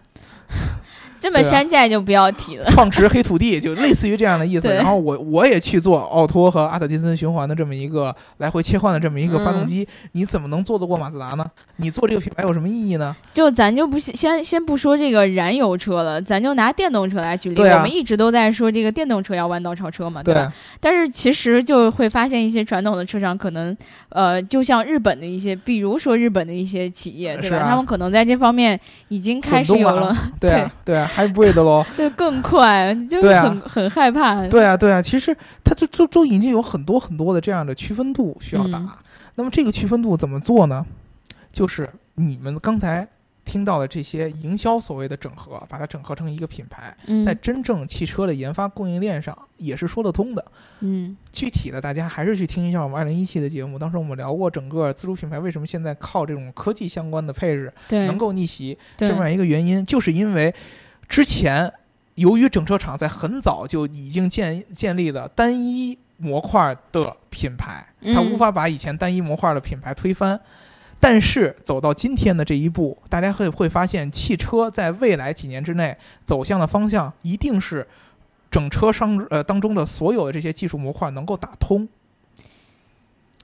Speaker 2: 这么
Speaker 3: 对啊
Speaker 2: 山寨就不要提了。
Speaker 3: [LAUGHS] 创驰黑土地，就类似于这样的意思。
Speaker 2: 对
Speaker 3: 然后我我也去做奥托和阿特金森循环的这么一个来回切换的这么一个发动机，你怎么能做得过马自达呢？你做这个品牌有什么意义呢？
Speaker 2: 就咱就不先先先不说这个燃油车了，咱就拿电动车来举例。
Speaker 3: 对啊
Speaker 2: 我们一直都在说这个电动车要弯道超车嘛，
Speaker 3: 对啊
Speaker 2: 吧？但是其实就会发现一些传统的车厂可能，呃，就像日本的一些，比如说日本的一些企业，对
Speaker 3: 是
Speaker 2: 吧？
Speaker 3: 啊
Speaker 2: 他们可能在这方面已经开始
Speaker 3: 滚
Speaker 2: 有
Speaker 3: 动啊
Speaker 2: 了，
Speaker 3: [LAUGHS] 对啊对啊，hybrid 喽，
Speaker 2: 对，更快，就
Speaker 3: 对啊
Speaker 2: 很很害怕。 [LAUGHS]
Speaker 3: 对啊，对啊，其实它就就就已经有很多很多的这样的区分度需要打。
Speaker 2: 嗯
Speaker 3: 那么这个区分度怎么做呢？就是你们刚才听到的这些营销所谓的整合，把它整合成一个品牌，
Speaker 2: 嗯
Speaker 3: 在真正汽车的研发供应链上也是说得通的。
Speaker 2: 嗯，
Speaker 3: 具体的，大家还是去听一下我们二零一期的节目，当时我们聊过整个自主品牌为什么现在靠这种科技相关的配置
Speaker 2: 对，
Speaker 3: 能够逆袭，
Speaker 2: 对
Speaker 3: 这么样一个原因，就是因为之前由于整车厂在很早就已经建建立了单一模块的品牌，它
Speaker 2: 嗯
Speaker 3: 无法把以前单一模块的品牌推翻。但是走到今天的这一步，大家会会发现，汽车在未来几年之内走向的方向一定是整车商呃当中的所有的这些技术模块能够打通。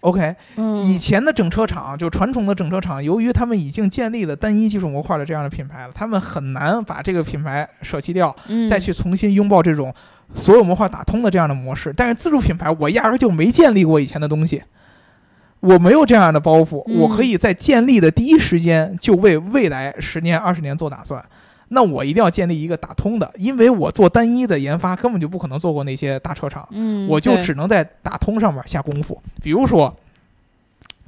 Speaker 3: OK，
Speaker 2: 嗯
Speaker 3: 以前的整车厂，就传统的整车厂，由于他们已经建立了单一技术模块的这样的品牌了，他们很难把这个品牌舍弃掉，
Speaker 2: 嗯
Speaker 3: 再去重新拥抱这种所有模块打通的这样的模式。但是自主品牌，我压根儿就没建立过以前的东西，我没有这样的包袱，
Speaker 2: 嗯
Speaker 3: 我可以在建立的第一时间就为未来十年、二十年做打算。那我一定要建立一个打通的，因为我做单一的研发根本就不可能做过那些大车厂。
Speaker 2: 嗯，
Speaker 3: 我就
Speaker 2: 对
Speaker 3: 只能在打通上面下功夫。比如说，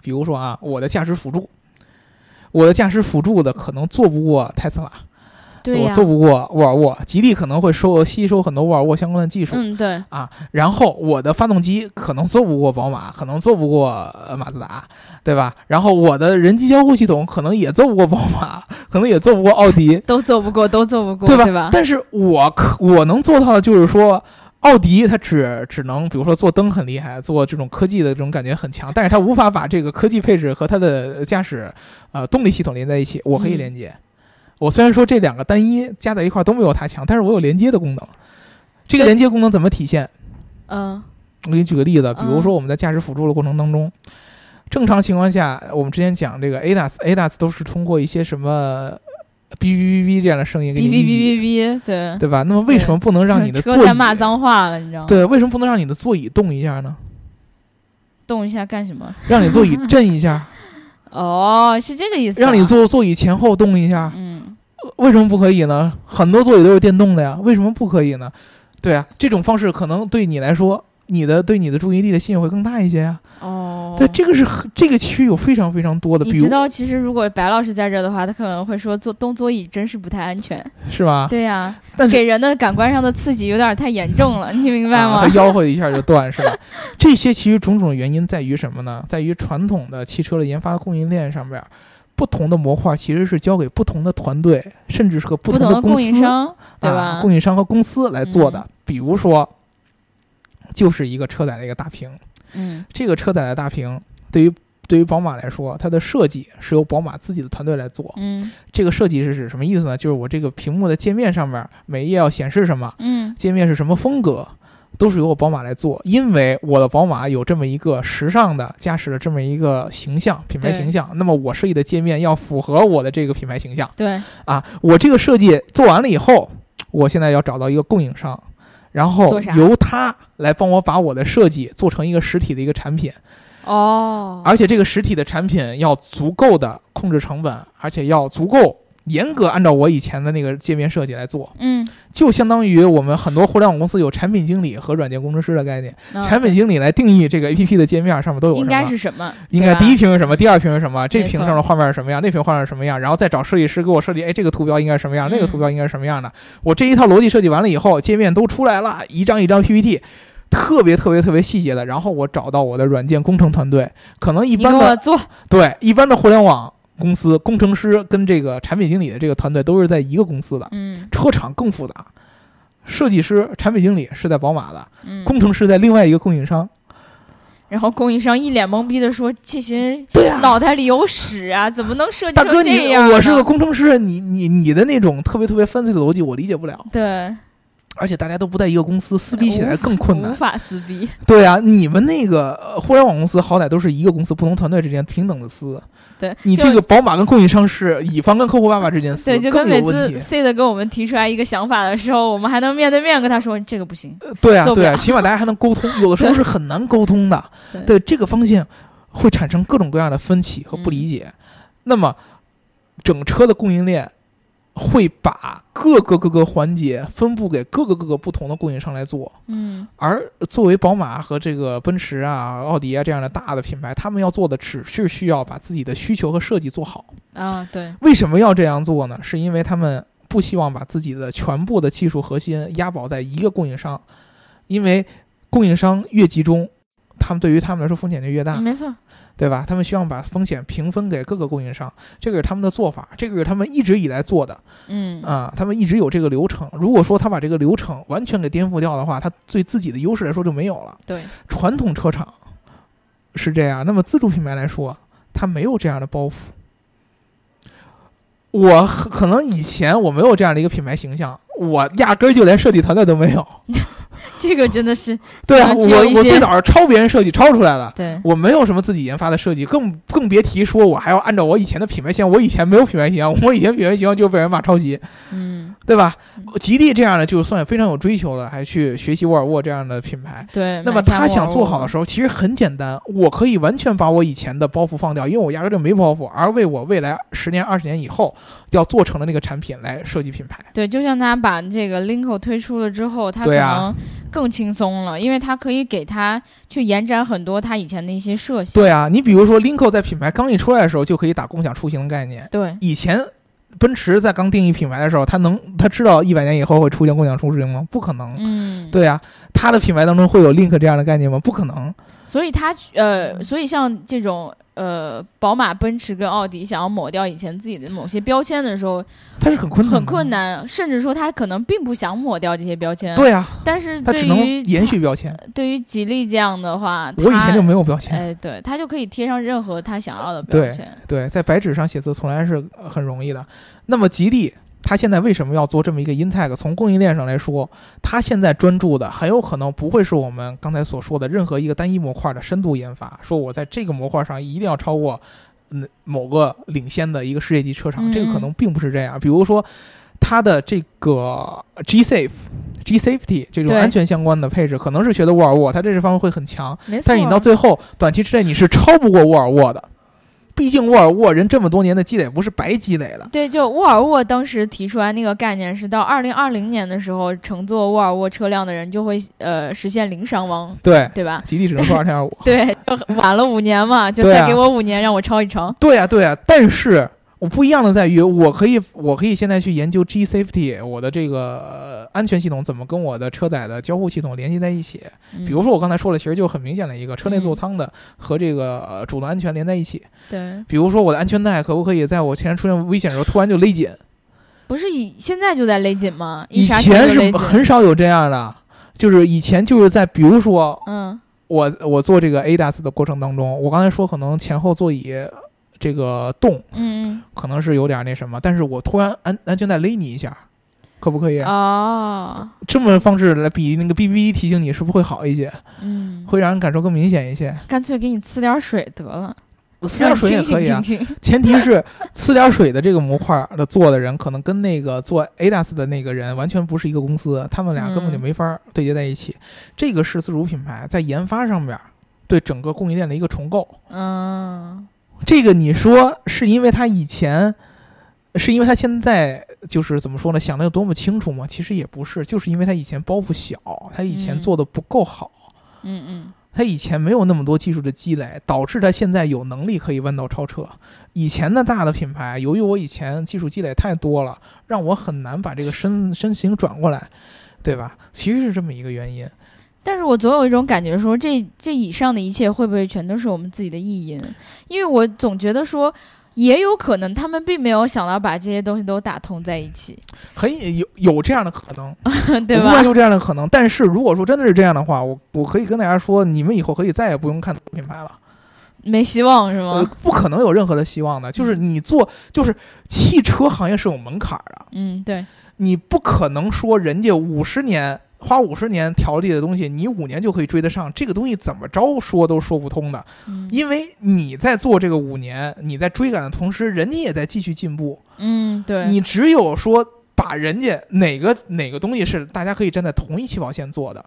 Speaker 3: 比如说啊，我的驾驶辅助，我的驾驶辅助的可能做不过特斯拉，
Speaker 2: 对
Speaker 3: 我
Speaker 2: 呀
Speaker 3: 做不过沃尔沃，吉利可能会收吸收很多沃尔沃相关的技术。
Speaker 2: 嗯对，
Speaker 3: 啊，然后我的发动机可能做不过宝马，可能做不过呃马自达，对吧？然后我的人机交互系统可能也做不过宝马，可能也做不过奥迪，
Speaker 2: 都做不过，都做不过，
Speaker 3: 对吧
Speaker 2: 对吧？
Speaker 3: 但是我可我能做到的就是说，奥迪它只只能比如说做灯很厉害，做这种科技的这种感觉很强，但是它无法把这个科技配置和它的驾驶呃动力系统连在一起。我可以
Speaker 2: 嗯
Speaker 3: 连接，我虽然说这两个单一加在一块儿都没有它强，但是我有连接的功能。这个
Speaker 2: 对
Speaker 3: 连接功能怎么体现？
Speaker 2: 嗯
Speaker 3: 我给你举个例子，比如
Speaker 2: 嗯
Speaker 3: 说我们在驾驶辅助的过程当中，正常情况下，我们之前讲这个 ADAS ADAS 都是通过一些什么哔哔哔哔这样的声音
Speaker 2: 哔
Speaker 3: 给你
Speaker 2: 哔
Speaker 3: 预警
Speaker 2: 哔哔哔， [LAUGHS] 对，
Speaker 3: 对吧？那么为什么不能让你的座
Speaker 2: 车
Speaker 3: 椅
Speaker 2: 在骂脏话了，你知道吗？
Speaker 3: 对，为什么不能让你的座椅动一下呢？
Speaker 2: 动一下干什么？
Speaker 3: 让你座椅震一
Speaker 2: [LAUGHS]
Speaker 3: 下，
Speaker 2: 哦，是这个意思、啊。
Speaker 3: 让你，坐座椅前后动一下，
Speaker 2: 嗯，
Speaker 3: 为什么不可以呢？很多座椅都是电动的呀，为什么不可以呢？对啊，这种方式可能对你来说，你的对你的注意力的吸引会更大一些呀、
Speaker 2: 哦，
Speaker 3: 对，这个是很这个其实有非常非常多的，比
Speaker 2: 你
Speaker 3: 如
Speaker 2: 知道，其实如果白老师在这儿的话，他可能会说坐动座椅真是不太安全。
Speaker 3: 是吧？
Speaker 2: 对呀、
Speaker 3: 但是
Speaker 2: 给人的感官上的刺激有点太严重了，你明白吗？
Speaker 3: 啊它吆喝一下就断，是吧？这些其实种种原因在于什么呢？在于传统的汽车的研发供应链上面，不同的模块其实是交给不同的团队，甚至是和不
Speaker 2: 不同
Speaker 3: 的
Speaker 2: 的
Speaker 3: 公
Speaker 2: 供
Speaker 3: 司，
Speaker 2: 应商，对吧？嗯
Speaker 3: 啊，供应商和公司来做的。比如说，就是一个车载的一个大屏，
Speaker 2: 嗯
Speaker 3: 这个车载的大屏对于。对于宝马来说，它的设计是由宝马自己的团队来做。
Speaker 2: 嗯
Speaker 3: 这个设计是指什么意思呢？就是我这个屏幕的界面上面每一页要显示什么，
Speaker 2: 嗯
Speaker 3: 界面是什么风格，都是由我宝马来做，因为我的宝马有这么一个时尚的驾驶的这么一个形象，品牌
Speaker 2: 对
Speaker 3: 形象。那么我设计的界面要符合我的这个品牌形象
Speaker 2: 对，
Speaker 3: 啊。我这个设计做完了以后，我现在要找到一个供应商，然后
Speaker 2: 做啥
Speaker 3: 由他来帮我把我的设计做成一个实体的一个产品。
Speaker 2: 哦，
Speaker 3: 而且这个实体的产品要足够的控制成本，而且要足够严格按照我以前的那个界面设计来做，
Speaker 2: 嗯，
Speaker 3: 就相当于我们很多互联网公司有产品经理和软件工程师的概念，
Speaker 2: 嗯
Speaker 3: 产品经理来定义这个 APP 的界面上面都有什
Speaker 2: 应
Speaker 3: 么。
Speaker 2: 该是什么？
Speaker 3: 应
Speaker 2: 对
Speaker 3: 该
Speaker 2: 吧
Speaker 3: 第一屏是什么，第二屏是什么，这
Speaker 2: 没
Speaker 3: 屏
Speaker 2: 错
Speaker 3: 上的画面是什么样，那屏画面是什么样，然后再找设计师给我设计，哎，这个图标应该是什么样，那个
Speaker 2: 嗯
Speaker 3: 图标应该是什么样的。我这一套逻辑设计完了以后，界面都出来了，一张一张 PPT。特别特别特别细节的，然后我找到我的软件工程团队，可能一
Speaker 2: 你给
Speaker 3: 般的
Speaker 2: 我做，
Speaker 3: 对一般的互联网公司，工程师跟这个产品经理的这个团队都是在一个公司的，
Speaker 2: 嗯
Speaker 3: 车厂更复杂，设计师、产品经理是在宝马的，
Speaker 2: 嗯，
Speaker 3: 工程师在另外一个供应商，
Speaker 2: 然后供应商一脸懵逼的说：“这些人脑袋里有屎啊，怎么能设计
Speaker 3: 大
Speaker 2: 成
Speaker 3: 哥，
Speaker 2: 啊这
Speaker 3: 你
Speaker 2: 样呢？”啊
Speaker 3: 我是个工程师，你你你的那种特别特别 fancy 的逻辑我理解不了，
Speaker 2: 对，
Speaker 3: 而且大家都不在一个公司，撕逼起来更困
Speaker 2: 无
Speaker 3: 难。
Speaker 2: 法撕逼。
Speaker 3: 对啊，你们那个呃互联网公司好歹都是一个公司，不同团队之间平等的撕。
Speaker 2: 对，
Speaker 3: 你
Speaker 2: 就
Speaker 3: 这个宝马跟供应商是乙方跟客户爸爸之间撕
Speaker 2: 对，，就跟
Speaker 3: 更有
Speaker 2: 每
Speaker 3: 问
Speaker 2: 次
Speaker 3: 题。
Speaker 2: C 的给我们提出来一个想法的时候，我们还能面对面跟他说这个不行。
Speaker 3: 呃对啊
Speaker 2: 做，不
Speaker 3: 对啊，
Speaker 2: 了
Speaker 3: 起码大家还能沟
Speaker 2: [LAUGHS]
Speaker 3: 通，有的时候是很难沟通的。
Speaker 2: 对
Speaker 3: 对这个方向会产生各种各样的分歧和不
Speaker 2: 嗯
Speaker 3: 理解。那么，整车的供应链会把各个各个环节分布给各个各个不同的供应商来做。
Speaker 2: 嗯，
Speaker 3: 而作为宝马和这个奔驰啊、奥迪啊这样的大的品牌，他们要做的只是需要把自己的需求和设计做好。
Speaker 2: 啊，对，
Speaker 3: 为什么要这样做呢？是因为他们不希望把自己的全部的技术核心押宝在一个供应商，因为供应商越集中，他们对于他们来说风险就越大，
Speaker 2: 嗯没错，
Speaker 3: 对吧？他们希望把风险平分给各个供应商，这个是他们的做法，这个是他们一直以来做的
Speaker 2: 嗯，
Speaker 3: 啊、他们一直有这个流程。如果说他把这个流程完全给颠覆掉的话，他对自己的优势来说就没有了。
Speaker 2: 对，
Speaker 3: 传统车厂是这样，那么自主品牌来说，它没有这样的包袱。我很可能以前我没有这样的一个品牌形象，我压根儿就连设计团队都没有。
Speaker 2: 这个真的
Speaker 3: [LAUGHS]
Speaker 2: 是
Speaker 3: 对啊，
Speaker 2: 啊
Speaker 3: 我
Speaker 2: 只有一些
Speaker 3: 我最早是抄别人设计抄出来的，
Speaker 2: 对，
Speaker 3: 我没有什么自己研发的设计，更更别提说我还要按照我以前的品牌形象，我以前没有品牌形象，我以前品牌形象就被人骂抄袭，
Speaker 2: 嗯，
Speaker 3: 对吧
Speaker 2: 嗯？
Speaker 3: 吉利这样的就算非常有追求了，还去学习沃尔沃这样的品牌，
Speaker 2: 对。
Speaker 3: 那么
Speaker 2: 买下
Speaker 3: 他
Speaker 2: 沃
Speaker 3: 想
Speaker 2: 尔
Speaker 3: 做
Speaker 2: 沃
Speaker 3: 好的时候，其实很简单，我可以完全把我以前的包袱放掉，因为我压根就没包袱，而为我未来十年、二十年以后要做成的那个产品来设计品牌。
Speaker 2: 对，就像他把这个 Linko 推出了之后，他可
Speaker 3: 对啊
Speaker 2: 能更轻松了，因为他可以给他去延展很多他以前的一些设想。
Speaker 3: 对啊，你比如说 Linko 在品牌刚一出来的时候，就可以打共享出行的概念。
Speaker 2: 对
Speaker 3: 以前奔驰在刚定义品牌的时候，他能他知道一百年以后会出现共享出行吗？不可能。
Speaker 2: 嗯，
Speaker 3: 对啊，他的品牌当中会有 Link 这样的概念吗？不可能。
Speaker 2: 所以他呃，所以像这种呃，宝马、奔驰跟奥迪想要抹掉以前自己的某些标签的时候，
Speaker 3: 它是很困难，
Speaker 2: 很困。难，甚至说他可能并不想抹掉这些标签。，
Speaker 3: 对啊，
Speaker 2: 但是
Speaker 3: 它
Speaker 2: 对
Speaker 3: 只能
Speaker 2: 于
Speaker 3: 延续标签。
Speaker 2: 对于吉利这样的话，
Speaker 3: 我以前就没
Speaker 2: 有。
Speaker 3: 有标签。
Speaker 2: 哎，对，他就可以贴上任何他想要的标
Speaker 3: 对
Speaker 2: 签。
Speaker 3: 对，在白纸上写字从来是呃很容易的。那么吉利，它现在为什么要做这么一个 Intag？从供应链上来说，它现在专注的很有可能不会是我们刚才所说的任何一个单一模块的深度研发，说我在这个模块上一定要超过嗯某个领先的一个世界级车厂，这个可
Speaker 2: 嗯
Speaker 3: 能并不是这样。比如说。它的这个 G Safe、G Safety 这种
Speaker 2: 对
Speaker 3: 安全相关的配置，可能是学的沃尔沃，它在这方面会很强。
Speaker 2: 没错。啊
Speaker 3: 但是你到最后短期之内你是超不过沃尔沃的，毕竟沃尔沃人这么多年的积累不是白积累的。
Speaker 2: 对，就沃尔沃当时提出来那个概念是，到二零二零年的时候，乘坐沃尔沃车辆的人就会呃实现零伤亡，
Speaker 3: 对，
Speaker 2: 对吧？
Speaker 3: 吉利只能做二点二五。
Speaker 2: 对，就晚了五年嘛，就
Speaker 3: 哦对
Speaker 2: 再
Speaker 3: 啊
Speaker 2: 给我五年，让我超一超。
Speaker 3: 对啊，对啊，但是我不一样的在于，我可以，我可以现在去研究 G Safety，我的这个呃安全系统怎么跟我的车载的交互系统联系在一起。
Speaker 2: 比
Speaker 3: 比如说我刚才说了，其实就很明显的一个车内座舱的和这个呃主动安全连在一起。
Speaker 2: 对，
Speaker 3: 比如说我的安全带可不可以在我前出现危险的时候突然就勒紧？
Speaker 2: 不是以现在就在勒紧吗？一
Speaker 3: 以
Speaker 2: 刹车
Speaker 3: 前
Speaker 2: 就是勒紧。
Speaker 3: 很少有这样的，就是以前就是在比如说
Speaker 2: [LAUGHS] 嗯
Speaker 3: 我我做这个 ADAS 的过程当中，我刚才说可能前后座椅这个动
Speaker 2: 嗯
Speaker 3: 可能是有点那什么，但是我突然安安全带勒你一下，可不可以？
Speaker 2: 嗯哦
Speaker 3: 这么方式来比那个 BB 提醒你是不是会好一些，
Speaker 2: 嗯，
Speaker 3: 会让人感受更明显一些？
Speaker 2: 干脆给你呲点水得了，
Speaker 3: 呲点水也
Speaker 2: 让你
Speaker 3: 可
Speaker 2: 清
Speaker 3: 以
Speaker 2: 醒，
Speaker 3: 啊
Speaker 2: 清醒。
Speaker 3: 前提是呲点水的这个模块的做的人，可能跟那个做 ADAS 的那个人完全不是一个公司，他们俩根本就
Speaker 2: 嗯
Speaker 3: 没法对接在一起。这个是自主品牌在研发上面对整个供应链的一个重构。
Speaker 2: 嗯
Speaker 3: 这个你说是因为他以前，是因为他现在就是怎么说呢？想的有多么清楚吗？其实也不是，就是因为他以前包袱小，他以前
Speaker 2: 嗯
Speaker 3: 做的不够好，
Speaker 2: 嗯嗯，
Speaker 3: 他以前没有那么多技术的积累，导致他现在有能力可以弯道超车。以前的大的品牌，由于我以前技术积累太多了，让我很难把这个身身形转过来，对吧？其实是这么一个原因。
Speaker 2: 但是我总有一种感觉说，这这以上的一切会不会全都是我们自己的意淫？因为我总觉得说，也有可能他们并没有想到把这些东西都打通在一
Speaker 3: [LAUGHS]
Speaker 2: 起，
Speaker 3: 很有有这样的可能，
Speaker 2: 对
Speaker 3: 我不排
Speaker 2: 吧？
Speaker 3: 除这样的可能。但是如果说真的是这样的话，我我可以跟大家说，你们以后可以再也不用看品牌了，
Speaker 2: 没希望是
Speaker 3: 呃
Speaker 2: 吗？，嗯
Speaker 3: 不可能有任何的希望的。就是你做，就是汽车行业是有门槛儿的，
Speaker 2: 嗯，对，
Speaker 3: 你不可能说人家五十年。花五十年调理的东西，你五年就可以追得上，这个东西怎么着说都说不通的。
Speaker 2: 嗯
Speaker 3: 因为你在做这个五年，你在追赶的同时，人家也在继续进步。
Speaker 2: 嗯，对，
Speaker 3: 你只有说把人家哪个哪个东西是大家可以站在同一起跑线做的，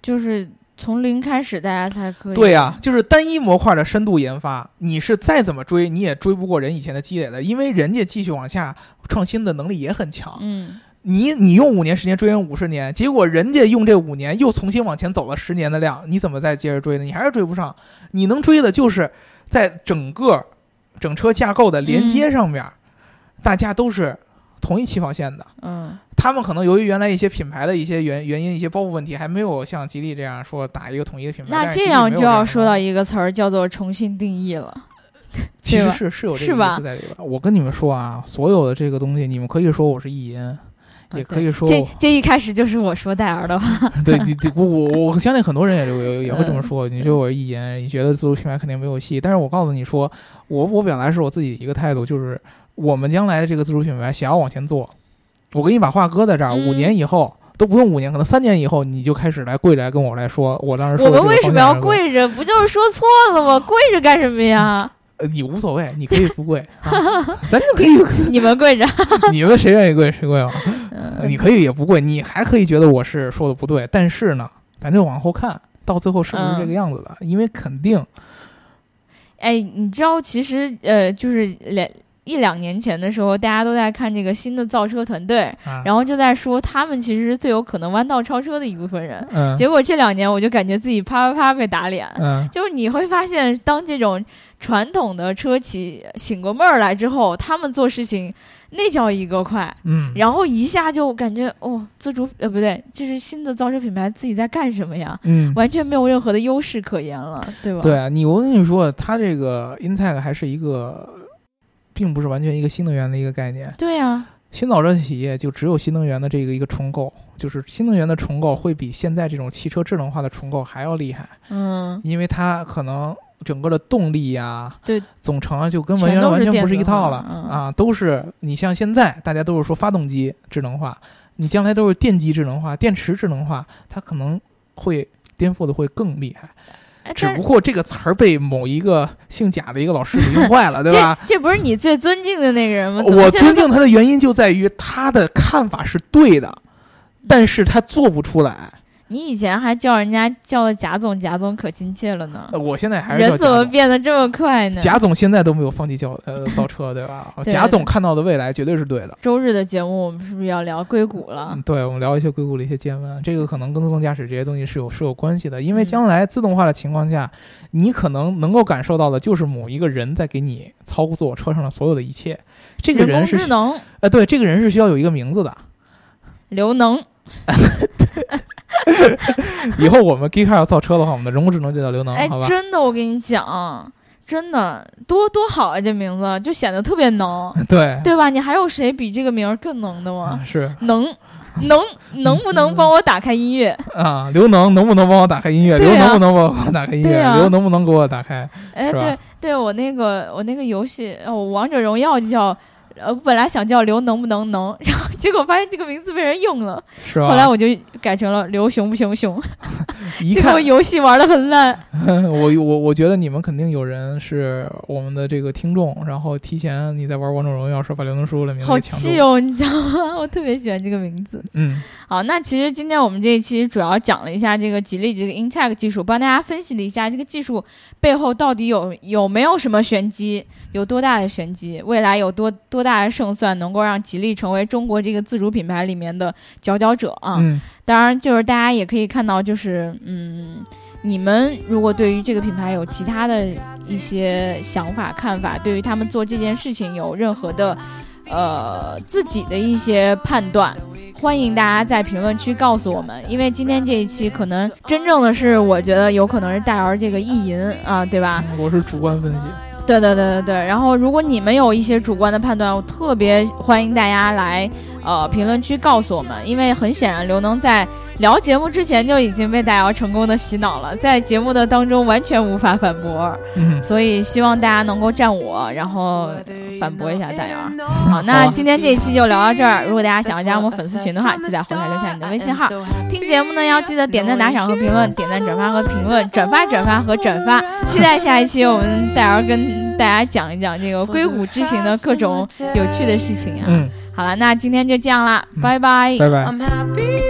Speaker 2: 就是从零开始，大家才可以。
Speaker 3: 对呀、就是单一模块的深度研发，你是再怎么追，你也追不过人以前的积累了，因为人家继续往下创新的能力也很强。
Speaker 2: 嗯，
Speaker 3: 你你用五年时间追人五十年，结果人家用这五年又重新往前走了十年的量，你怎么再接着追呢？你还是追不上。你能追的就是在整个整车架构的连
Speaker 2: 嗯
Speaker 3: 接上面，大家都是同一起跑线的。
Speaker 2: 嗯，
Speaker 3: 他们可能由于原来一些品牌的一些原原因、一些包袱问题，还没有像吉利这样说打一个统一的品牌。
Speaker 2: 那
Speaker 3: 但是吉
Speaker 2: 这
Speaker 3: 利
Speaker 2: 样
Speaker 3: 没有
Speaker 2: 就
Speaker 3: 这
Speaker 2: 要
Speaker 3: 的
Speaker 2: 说
Speaker 3: 方
Speaker 2: 到
Speaker 3: 法
Speaker 2: 一个词儿，叫做重新定义了。
Speaker 3: 其
Speaker 2: 对
Speaker 3: 实
Speaker 2: 吧
Speaker 3: 是是有这
Speaker 2: 是
Speaker 3: 个意
Speaker 2: 吧
Speaker 3: 思在里边儿。我跟你们说啊，所有的这个东西，你们可以说我是意淫，也可以说
Speaker 2: 啊这
Speaker 3: 我
Speaker 2: 这一开始就是我说戴尔的话， [LAUGHS]
Speaker 3: 对，你你我我我相信很多人也就也也会
Speaker 2: 嗯
Speaker 3: 这么说。你说我是意淫，你觉得自主品牌肯定没有戏，但是我告诉你说，我我表达是我自己一个态度，就是我们将来的这个自主品牌想要往前做，我给你把话搁在这儿，五
Speaker 2: 嗯
Speaker 3: 年以后。都不用五年，可能三年以后你就开始来跪着来跟我来说，
Speaker 2: [LAUGHS]
Speaker 3: 我当时说
Speaker 2: 我
Speaker 3: 的
Speaker 2: 们
Speaker 3: 这个
Speaker 2: 为什
Speaker 3: 方
Speaker 2: 么
Speaker 3: 向
Speaker 2: 要
Speaker 3: 是对的？
Speaker 2: 跪着？不就是说错了吗？跪着干什么呀？
Speaker 3: 呃，你无所谓，你可以不
Speaker 2: [LAUGHS]
Speaker 3: 跪，啊、咱就可以
Speaker 2: 你们跪着，
Speaker 3: 你们谁愿意跪谁
Speaker 2: [LAUGHS]
Speaker 3: 跪吧，
Speaker 2: 嗯
Speaker 3: 你可以也不跪，你还可以觉得我是说的不对，但是呢，咱就往后看到最后是不是
Speaker 2: 嗯
Speaker 3: 这个样子的，因为肯定
Speaker 2: 哎，你知道，其实呃，就是两一两年前的时候，大家都在看这个新的造车团队，
Speaker 3: 啊，
Speaker 2: 然后就在说他们其实是最有可能弯道超车的一部分人。
Speaker 3: 嗯
Speaker 2: 结果这两年，我就感觉自己啪啪啪被打脸。
Speaker 3: 嗯，
Speaker 2: 就是你会发现，当这种传统的车企醒过味儿来之后，他们做事情那叫一个快，
Speaker 3: 嗯，
Speaker 2: 然后一下就感觉哦，自主呃不对，这是新的造车品牌自己在干什么呀？
Speaker 3: 嗯，
Speaker 2: 完全没有任何的优势可言了，对吧？
Speaker 3: 对，啊，你我跟你说，它这个 Intech 还是一个，并不是完全一个新能源的一个概念。
Speaker 2: 对啊呀、
Speaker 3: 新造车企业就只有新能源的这个一个重构，就是新能源的重构会比现在这种汽车智能化的重构还要厉害，
Speaker 2: 嗯，
Speaker 3: 因为它可能整个的动力呀、
Speaker 2: 对，
Speaker 3: 总成啊，就跟
Speaker 2: 全
Speaker 3: 完全
Speaker 2: 都是
Speaker 3: 完全
Speaker 2: 电
Speaker 3: 不是
Speaker 2: 子
Speaker 3: 一套
Speaker 2: 化
Speaker 3: 了、
Speaker 2: 嗯
Speaker 3: 啊，都是你像现在大家都是说发动机智能化，你将来都是电机智能化、电池智能化，它可能会颠覆的会更厉害。
Speaker 2: 哎，
Speaker 3: 只
Speaker 2: 但
Speaker 3: 不
Speaker 2: 是
Speaker 3: 过这个词儿被某一个姓贾的一个老师给用
Speaker 2: [LAUGHS]
Speaker 3: 坏了，对吧？
Speaker 2: 这这不是你最尊敬的那个人吗？怎么
Speaker 3: 我
Speaker 2: 现在
Speaker 3: 尊敬他的原因就在于他的看法是对的，但是他做不出来。
Speaker 2: 你以前还叫人家叫的贾总，贾总可亲切了呢
Speaker 3: 呃，我现在还是
Speaker 2: 人
Speaker 3: 叫
Speaker 2: 怎
Speaker 3: 贾
Speaker 2: 么
Speaker 3: 总。
Speaker 2: 变得这么快呢？
Speaker 3: 贾总现在都没有放弃造呃造车，对
Speaker 2: [LAUGHS]
Speaker 3: 吧？
Speaker 2: 对
Speaker 3: 贾总看到的未来绝对是对的。
Speaker 2: 周日的节目我们是不是要聊硅谷了
Speaker 3: 嗯，？对，我们聊一些硅谷的一些见闻，这个可能跟自动驾驶这些东西是有是有关系的，因为
Speaker 2: 嗯
Speaker 3: 将来自动化的情况下，你可能能够感受到的就是某一个人在给你操作车上的所有的一切。这个
Speaker 2: 人工
Speaker 3: 人是
Speaker 2: 智能
Speaker 3: 呃，对，这个人是需要有一个名
Speaker 2: [LAUGHS]
Speaker 3: 字的。
Speaker 2: 刘能，
Speaker 3: 以后我们 G Car 要造车的话，我们的人工智能就叫刘能，
Speaker 2: 哎
Speaker 3: 啊好，吧？ [LAUGHS]
Speaker 2: 真的，我跟你讲，真的多多好啊，这名字就显得特别
Speaker 3: [LAUGHS]
Speaker 2: 能。
Speaker 3: 对，
Speaker 2: 对吧？你还有谁比这个名儿更能的
Speaker 3: 啊
Speaker 2: 吗？
Speaker 3: 是
Speaker 2: 能，能，能不能帮我打开音乐？
Speaker 3: 啊，刘能能不能帮我打开音乐？
Speaker 2: 对
Speaker 3: 刘能
Speaker 2: 啊
Speaker 3: 不能帮我打开音
Speaker 2: 对
Speaker 3: 乐？
Speaker 2: 啊
Speaker 3: 刘能不能给我打开？
Speaker 2: 哎，
Speaker 3: 嗯是吧
Speaker 2: 对，对我那个我那个游戏，哦，我王者荣耀就叫，呃，本来想叫刘能不能能，然后结果发现这个名字被人用了，
Speaker 3: 是吧？
Speaker 2: 后来我就改成了刘熊不熊熊。
Speaker 3: 一
Speaker 2: 这
Speaker 3: 看
Speaker 2: 个游戏玩的很烂，
Speaker 3: 我我我觉得你们肯定有人是我们的这个听众，然后提前你在玩王者荣耀的时候把刘能叔的名字
Speaker 2: 好
Speaker 3: 给抢
Speaker 2: 气
Speaker 3: 走。
Speaker 2: 哦，你知道吗？我特别喜欢这个名字。
Speaker 3: 嗯，
Speaker 2: 好，那其实今天我们这一期主要讲了一下这个吉利这个 Intact 技术，帮大家分析了一下这个技术背后到底有有没有什么玄机，有多大的玄机，未来有多多大的胜算能够让吉利成为中国这个自主品牌里面的佼佼者啊？
Speaker 3: 嗯，
Speaker 2: 当然，就是大家也可以看到，就是嗯，你们如果对于这个品牌有其他的一些想法、看法，对于他们做这件事情有任何的呃自己的一些判断。欢迎大家在评论区告诉我们，因为今天这一期可能真正的是，我觉得有可能是带儿这个意淫啊，对吧？
Speaker 3: 我是主观分析。
Speaker 2: 对对对对对。然后，如果你们有一些主观的判断，我特别欢迎大家来呃评论区告诉我们，因为很显然刘能在聊节目之前就已经被大姚成功的洗脑了，在节目的当中完全无法反驳，
Speaker 3: 嗯，
Speaker 2: 所以希望大家能够站我，然后。呃反驳一下大姚好，
Speaker 3: 好
Speaker 2: 那
Speaker 3: 啊
Speaker 2: 今天这一期就聊到这儿。如果大家想要加我们粉丝群的话，记得后台留下你的微信号。。听节目呢，要记得点赞、打赏和评论，点赞、转发和评论，转发、转发和转发。期待下一期我们戴儿跟大家讲一讲这个硅谷之行的各种有趣的事情啊。
Speaker 3: 嗯，
Speaker 2: 好了，那今天就这样啦，
Speaker 3: 嗯
Speaker 2: 拜拜。
Speaker 3: 拜拜。
Speaker 2: 嗯
Speaker 1: I'm happy uh,